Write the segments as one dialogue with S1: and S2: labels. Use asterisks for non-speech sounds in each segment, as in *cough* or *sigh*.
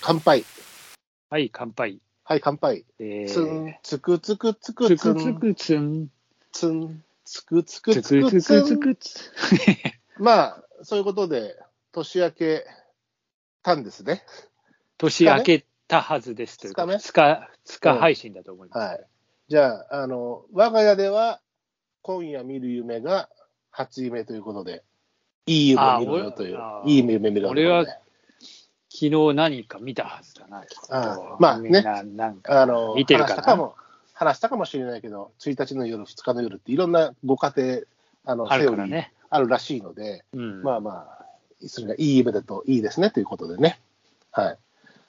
S1: 乾杯。
S2: はい、乾杯。
S1: はい、乾杯。
S2: え
S1: つ
S2: ー
S1: ん、つくつくつく
S2: つ
S1: つ
S2: くつ
S1: ん、
S2: くつん。
S1: つん、つくつく
S2: つ
S1: つく
S2: くつく
S1: つ
S2: つ
S1: ん。
S2: くつ。
S1: まあ、そういうことで、年明けたんですね。
S2: 年明けたはずですということで。
S1: 二
S2: 2日、2日配信だと思います。
S1: はい。じゃあ、あの、我が家では、今夜見る夢が初夢ということで、いい夢見ろよという
S2: あ、俺
S1: いい夢見ろよということで、
S2: 昨日何か見たはずだな、きっと
S1: あ。まあね
S2: みんななんか、
S1: あの、
S2: 見てるか
S1: 話した
S2: な
S1: かも、話したかもしれないけど、1日の夜、2日の夜って、いろんなご家庭、あの、
S2: あ
S1: セ
S2: る
S1: オリ
S2: から
S1: ー
S2: ね。
S1: あるらしいので、
S2: うん。
S1: まあまあ、それがいい夢だといいですねということでね。は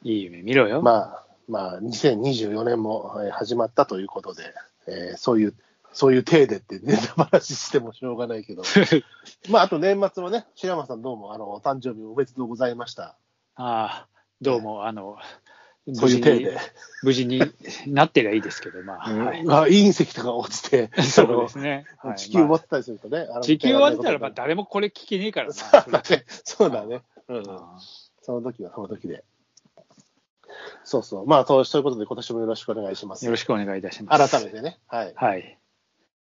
S1: い。
S2: いい夢見ろよ。
S1: まあ、まあ、2024年もえー始まったということで、えーそういう、そういう体でってネタ話してもしょうがないけど、まあ、あと年末もね、白山さんどうも、あの、お誕生日おめでとうございました。
S2: ああ、どうも、あの、
S1: そ
S2: 無
S1: うい
S2: 事
S1: う体
S2: に
S1: で、。
S2: 無事になってりゃいいですけど、まあ、はい
S1: まあ、隕石とか落ち
S2: *laughs*
S1: て、
S2: そうですね。
S1: その
S2: はい
S1: 地球終
S2: ま
S1: わ
S2: あ
S1: ってたりするとね。あの
S2: 地球終わってたら、まあ、
S1: そ
S2: 誰もこれ聞けねえからな。
S1: うだね。 *laughs* そうだね。うん。
S2: あ
S1: その時はその時で。そうそう。まあ、そうそういうことで今年もよろしくお願いしま
S2: あ
S1: す
S2: よ。ろしくお願いいたします。
S1: 改めてね。はい。
S2: はい。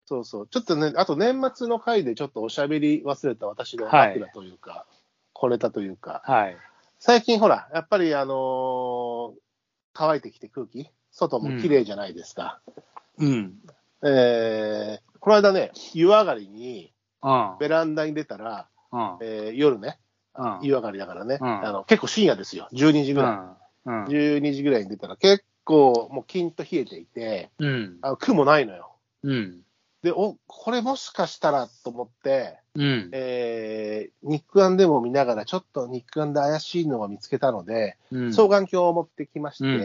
S1: そうそう。ちょっとね、あと年末の回でちょっとおしゃべり忘れた私の
S2: はい
S1: 枕というか、これたというか、
S2: はい。
S1: 最近ほら、やっぱりあのー乾いてきて空気、外も綺麗じゃないですか。
S2: うん。
S1: えー、この間ね、湯上がりに
S2: うん。
S1: ベランダに出たら、
S2: うん。
S1: えー夜ね、
S2: うん。
S1: 湯上がりだからね、
S2: うん
S1: あの結構深夜ですよ、12時ぐらい。
S2: うん。うん
S1: 12時ぐらいに出たら結構もうキンと冷えていて、
S2: うん。
S1: あの雲ないのよ。
S2: うん。
S1: で、お、これもしかしたらと思って、
S2: うん。
S1: えー肉眼でも見ながら、ちょっと肉眼で怪しいのを見つけたので、
S2: うん
S1: 双眼鏡を持ってきまして、
S2: うん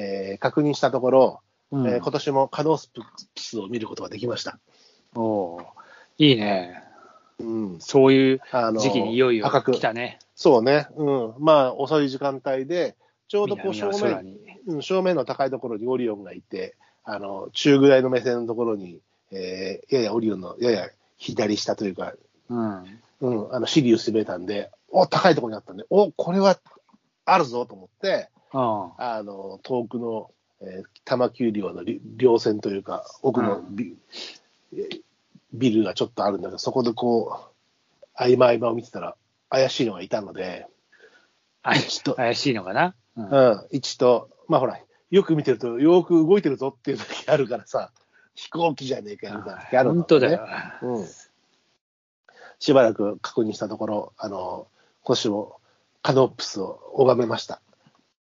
S1: えー確認したところ、
S2: うん
S1: えー今年も可動スプスを見ることができました。
S2: おーいいね。
S1: うん、
S2: そういう
S1: あ
S2: 時期にいよいよ
S1: 赤く
S2: 来たね。
S1: そうね、うん、まあ遅い時間帯で、ちょうどこう
S2: 南
S1: 正
S2: の空
S1: 面、
S2: に。
S1: うん、正面の高いところにオリオンがいて、あの中ぐらいの目線のところに、えーややオリオンのやや左下というか、
S2: うん。
S1: うん、あのシリウス見えたんで、お高いところにあったんで、おこれはあるぞと思って、
S2: うん。
S1: あの遠くの、えー多摩丘陵のり稜線というか、奥のビ,、えビルがちょっとあるんだけど、そこでこう、合間合間を見てたら、怪しいのがいたので、
S2: 怪
S1: ちょっと
S2: 怪しいのかな。うん
S1: うん、一と、まあほら、よく見てると、よく動いてるぞっていう時あるからさ、飛行機じゃねえかよみたいな時あるん
S2: 本当だ
S1: ね
S2: よ。
S1: うん、しばらく確認したところ、あの今年もカノープスを拝めました。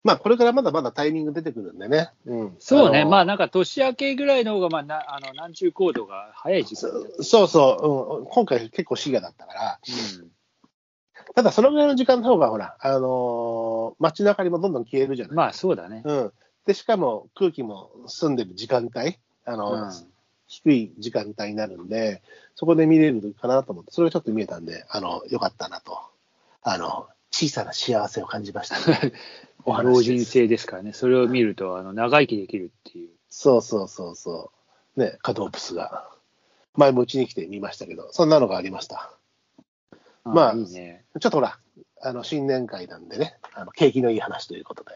S1: まあ、これからまだまだタイミング出てくるんでね。うん、
S2: そうね、
S1: の
S2: まあなんか年明けぐらいの方がまあなあの南中行動が早い時期
S1: そ
S2: だよね
S1: そうそう、うん、今回結構深夜だったから、ただそのぐらいの時間の方が、ほら、あのー街中にもどんどん消えるじゃ
S2: う、
S1: なんい。
S2: まあそうだね。
S1: うん、でしかも空気も澄んでる時間帯、あ
S2: う
S1: の
S2: ん
S1: 低い時間帯になるんで、そこで見れるかなと思って、それがちょっと見えたんで、あの、よかったなと。あの、小さな幸せを感じま
S2: *laughs*
S1: した、お
S2: 老
S1: 話で
S2: 人
S1: す
S2: 性ですからね、それを見るとあの長生きできるっていう。
S1: そうそうそうそう。ね、カドープスが。前もうちに来て見ましたけど、そんなのがありました。まあ
S2: いいね。
S1: ちょっとほら、あの、新年会なんでね、あの、景気のいい話ということで。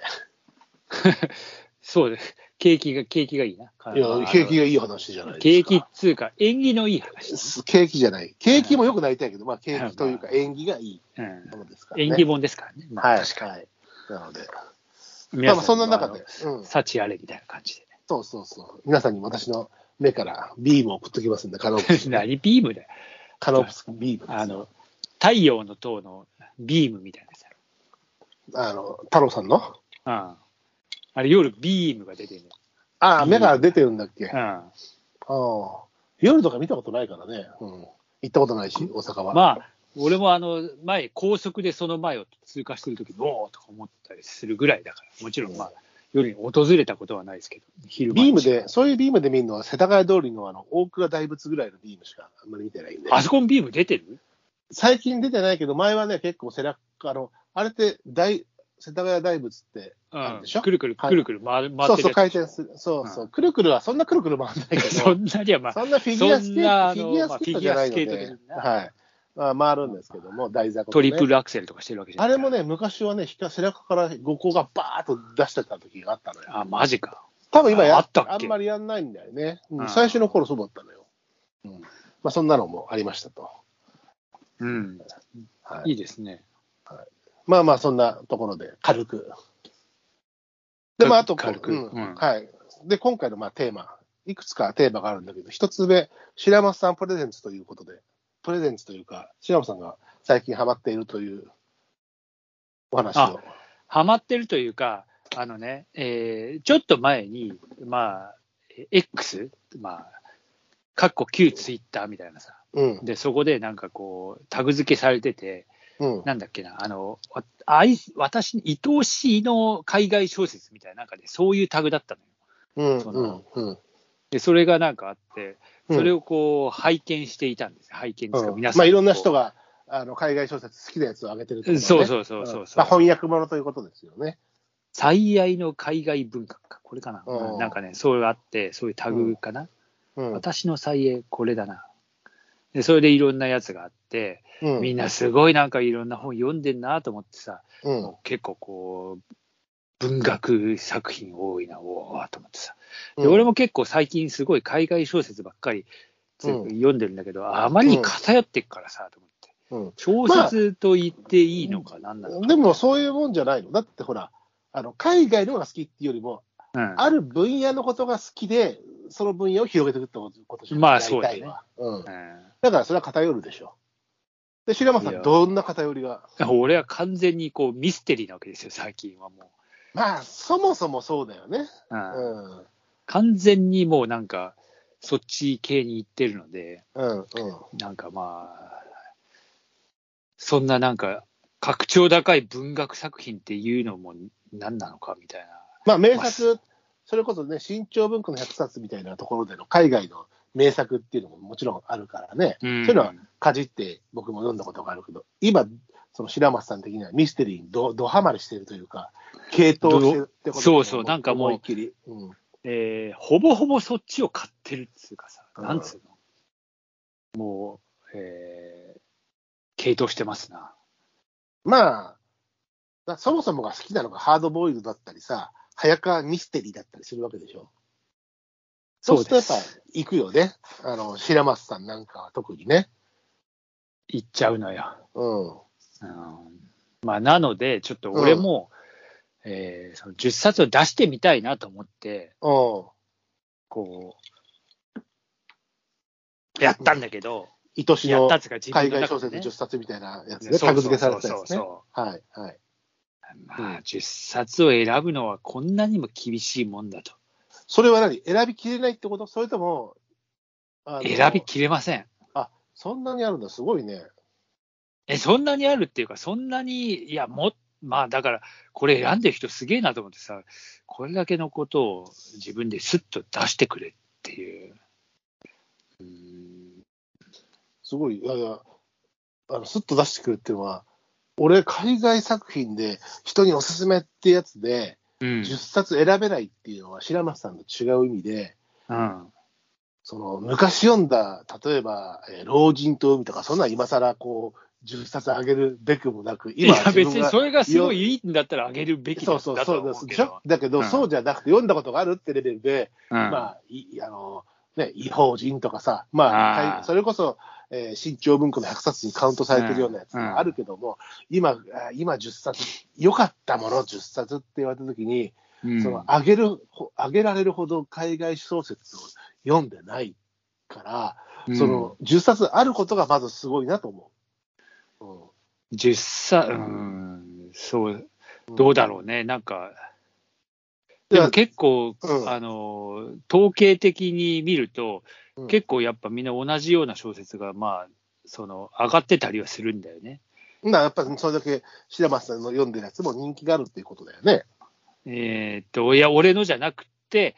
S2: そうです。景気が、景気がいいな。
S1: い
S2: あの
S1: や、景気がいい話じゃないで
S2: 景
S1: す
S2: 気っ
S1: か。
S2: つうか、縁起のいい話。
S1: 気景気じゃない。景気も良くなりたいけど、まあ、景気というか、縁起がいい
S2: うん
S1: ものですから、ね。
S2: 縁起本ですからね。まあ
S1: はい。
S2: 確か
S1: はい。なので、
S2: に。
S1: ま
S2: 皆
S1: あ
S2: さ
S1: ま
S2: ん
S1: あ、そんな中
S2: も
S1: で、
S2: あ
S1: うん
S2: の、幸あれみたいな感じで
S1: そうそうそう。皆さんに私の目からビームを送っときますんで、カノープス
S2: ね。。 *laughs* 何ビームだよ。
S1: カノープスビームです。
S2: あ
S1: あの
S2: の、、太陽の塔のビームみたいなさ。
S1: あの太郎さんの
S2: うん。あれ、夜ビームが出てるの。
S1: あ
S2: ビー
S1: あ、
S2: ム
S1: 目から出てるんだっけ、あ
S2: うん。
S1: あ夜とか見たことないからね。うん。行ったことないし、大阪は。
S2: まあ、俺もあの前、高速でその前を通過してるときに、おーとか思ったりするぐらいだから、もちろん、まあ、夜に訪れたことはないですけど、昼間
S1: ビ
S2: に
S1: ームで、そういうビームで見るのは、世田谷通りのあの、大倉大仏ぐらいのビームしかあんまり見てないんで。
S2: あそこにビーム出てる
S1: 最近出てないけど、前はね、結構背中、あの、あれって大、世田谷大仏って、
S2: う
S1: ある
S2: ん
S1: でしょ。
S2: くるくる、
S1: はい
S2: くるくる回る
S1: そ
S2: 回
S1: うそう、回
S2: ってるやつ。
S1: 転する。そうそう。
S2: うん
S1: くるくるは、そんなくるくる回んないけど。
S2: *laughs* そんなにはまあ、
S1: そんなフィギュアスケー
S2: そんなあ
S1: ト、フ
S2: の
S1: ィギュアスケートじゃないの
S2: まあフィギュアスケート
S1: で、
S2: 的な
S1: はい。まあ、回るんですけども、台座とか
S2: ト
S1: ね、
S2: リプルアクセルとかしてるわけじゃ
S1: あ
S2: ない
S1: れもね、昔はね、ひか背中から五行がバーッと出してた時があったのよ。
S2: あ、マジか。
S1: 多分今や
S2: ああったっけ
S1: あんまりやんないんだよね。うん
S2: うん
S1: 最初の頃そうだったのよ。
S2: うん
S1: まあ、そんなのもありましたと。
S2: うん。
S1: はいい、
S2: いですね。
S1: まあまあ、そんなところで、軽く。で、まあ、あとこう、
S2: 軽く
S1: うん
S2: うん
S1: はい。で、今回のまあテーマ、いくつかテーマがあるんだけど、一つ目、白松さんプレゼンツということで、プレゼンツというか、白松さんが最近ハマっているというお話を。
S2: ハマってるというか、あのね、えーちょっと前に、まあ、え X、まあ、かっこ旧ツイッターみたいなさ、
S1: うん。
S2: で、そこでなんかこう、タグ付けされてて、
S1: うん。
S2: なんだっけな、あの、わあい私、愛おしいの海外小説みたいな、なんかね、そういうタグだったのよ。
S1: うん。
S2: そ
S1: うん
S2: の。
S1: うん。
S2: で、それがなんかあって、
S1: うん
S2: それをこう、拝見していたんです。拝見ですか、
S1: うん
S2: 皆さん。
S1: まあ、いろんな人
S2: が。
S1: があの海外小説好きなやつをあげてるってことね
S2: そうそうそうそう。
S1: んまあ、翻訳ものということですよね。
S2: 最愛の海外文学か、これかな。
S1: うん
S2: うんなんかね、そういうのあって、そういうタグかな。
S1: うん。
S2: 私の再演これだな。で、それでいろんなやつがあって、
S1: うん
S2: みんなすごいなんかいろんな本読んでんなと思ってさ、
S1: うん。
S2: 結構こう、文学作品多いな、おーと思ってさ。で
S1: うん
S2: 俺、も結構最近すごい海外小説ばっかりつ
S1: うん
S2: 読んでるんだけど、あまりに偏ってっからさ、と
S1: う
S2: 思って。
S1: ん
S2: 小説と言っていいのか、なんなのか。
S1: でも、そういうもんじゃないの。だってほら、あの海外のが好きっていうよりも、
S2: うん
S1: ある分野のことが好きで、その分野を広げていくってことじゃん
S2: まあそうだ
S1: 大
S2: ね
S1: 体はうん。
S2: うん
S1: だから、それは偏るでしょ。で、白山さ
S2: いや
S1: ん、どんな偏りが
S2: *laughs* 俺は完全にこうミステリーなわけですよ、最近はも
S1: まあ、そもそもそうだよね。
S2: う。うん
S1: うん。
S2: 完全にもうなんか、そっち系に行ってるので、
S1: うん。うん。
S2: なんかまあ、そんななんか、格調高い文学作品っていうのも何なのかみたいな。
S1: まあ、名
S2: まあ
S1: 作、それこそね、新潮文庫の100冊みたいなところでの海外の名作っていうのももちろんあるからね。
S2: うん
S1: そういうのはかじって僕も読んだことがあるけど、今、その白松さん的にはミステリーにどどハマりしてるというか、系統してるってことだよね
S2: そうそうなんかもう
S1: 思いっきり。うん。
S2: えーほぼほぼそっちを買ってるっつうかさ、なんつうの。もう、えー、系統してますな。
S1: まあ、だそもそもが好きなのがハードボイルドだったりさ、早川ミステリーだったりするわけでしょ。そうするとやっぱ行くよね。あの、白松さんなんかは特にね。
S2: 行っちゃうのよ。
S1: うん。
S2: うんまあ、なので、ちょっと俺も、えーその10冊を出してみたいなと思って、
S1: うん。
S2: こう、やったんだけど、
S1: 愛し
S2: やっ
S1: の
S2: たっつうか、自
S1: 海
S2: 分の
S1: 外
S2: 中
S1: 小
S2: で
S1: 説
S2: ね
S1: 10冊みたいなやつ
S2: そう
S1: ね。
S2: そう
S1: タグ付けされてたやつ
S2: そう
S1: ね
S2: そう。そ
S1: はい、はい。
S2: うまあ、10冊を選ぶのはこんなにも厳しいもんだと。
S1: それは何選びきれないってことそれとも、あの
S2: 選びきれません。
S1: そんなにあるんだ、すごいね。
S2: え、そんなにあるっていうか、そんなに、いや、も、まあ、だから、これ選んでる人すげえなと思ってさ、これだけのことを自分ですっと出してくれっていう。うん
S1: すごい。いやいやあの、すっと出してくるっていうのは、俺、海外作品で人におすすめってやつで、
S2: うん
S1: 10冊選べないっていうのは、白松さんと違う意味で、
S2: うん
S1: その昔読んだ、例えば、えー老人と海とか、そんなん今更こう、10冊あげるべくもなく、
S2: い
S1: 今
S2: や、別にそれがすごいいいんだったらあげるべきだ
S1: そう
S2: だと
S1: そう
S2: は
S1: そうです
S2: 思うけ
S1: じゃ
S2: ど。
S1: だけど、
S2: うん
S1: そうじゃなくて、読んだことがあるってレベルで、
S2: まあ、
S1: まあ、いあの、ね、違法人とかさ、まあ、
S2: あー
S1: はいそれこそ、えー新潮文庫の100冊にカウントされてるようなやつがあるけども、今、あー今10冊、良かったもの10冊って言われたときに、
S2: うん
S1: その、あげる、ほあげられるほど海外小説を読んでないから、
S2: うん
S1: その、10冊あることがまずすごいなと思う。うん
S2: 10歳、うん、そう、どうだろうね、なんか、
S1: いや
S2: でも結構、
S1: うん
S2: あの、統計的に見ると、
S1: うん
S2: 結構やっぱみんな同じような小説が、まあ、その、上がってたりはするんだよね。
S1: なやっぱりそれだけ白松さんの読んでるやつも人気があるっていうことだよね。
S2: えーっと、いや、俺のじゃなくて、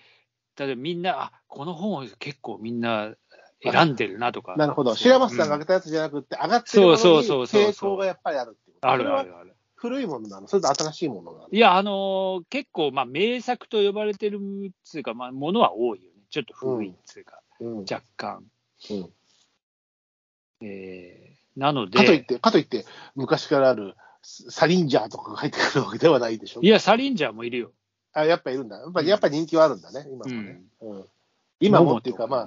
S2: 例えばみんな、あ、この本を結構みんな選んでるなとか。
S1: なるほど。白松さんが
S2: う
S1: 上げたやつじゃなくて、上がってるものに
S2: そうそうそうそう
S1: 傾向がやっぱりあるっていうこと。
S2: あるあるある。
S1: 古いものなのそれと新しいものなの
S2: いや、あのー結構、まあ、名作と呼ばれてるっつうか、まあ、ものは多いよね。ちょっと古いっつうか、
S1: うん
S2: 若干。
S1: うん
S2: えなの
S1: かといっ
S2: で、
S1: て、かといって、昔からあるスサリンジャーとかが入ってくるわけではないでしょ
S2: い。や、サリンジャーもいるよ。
S1: あやっぱいるんだ。やっぱやっぱ人気はあるんだね、今もね。うん今もっていうか、ま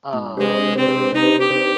S1: あ、あー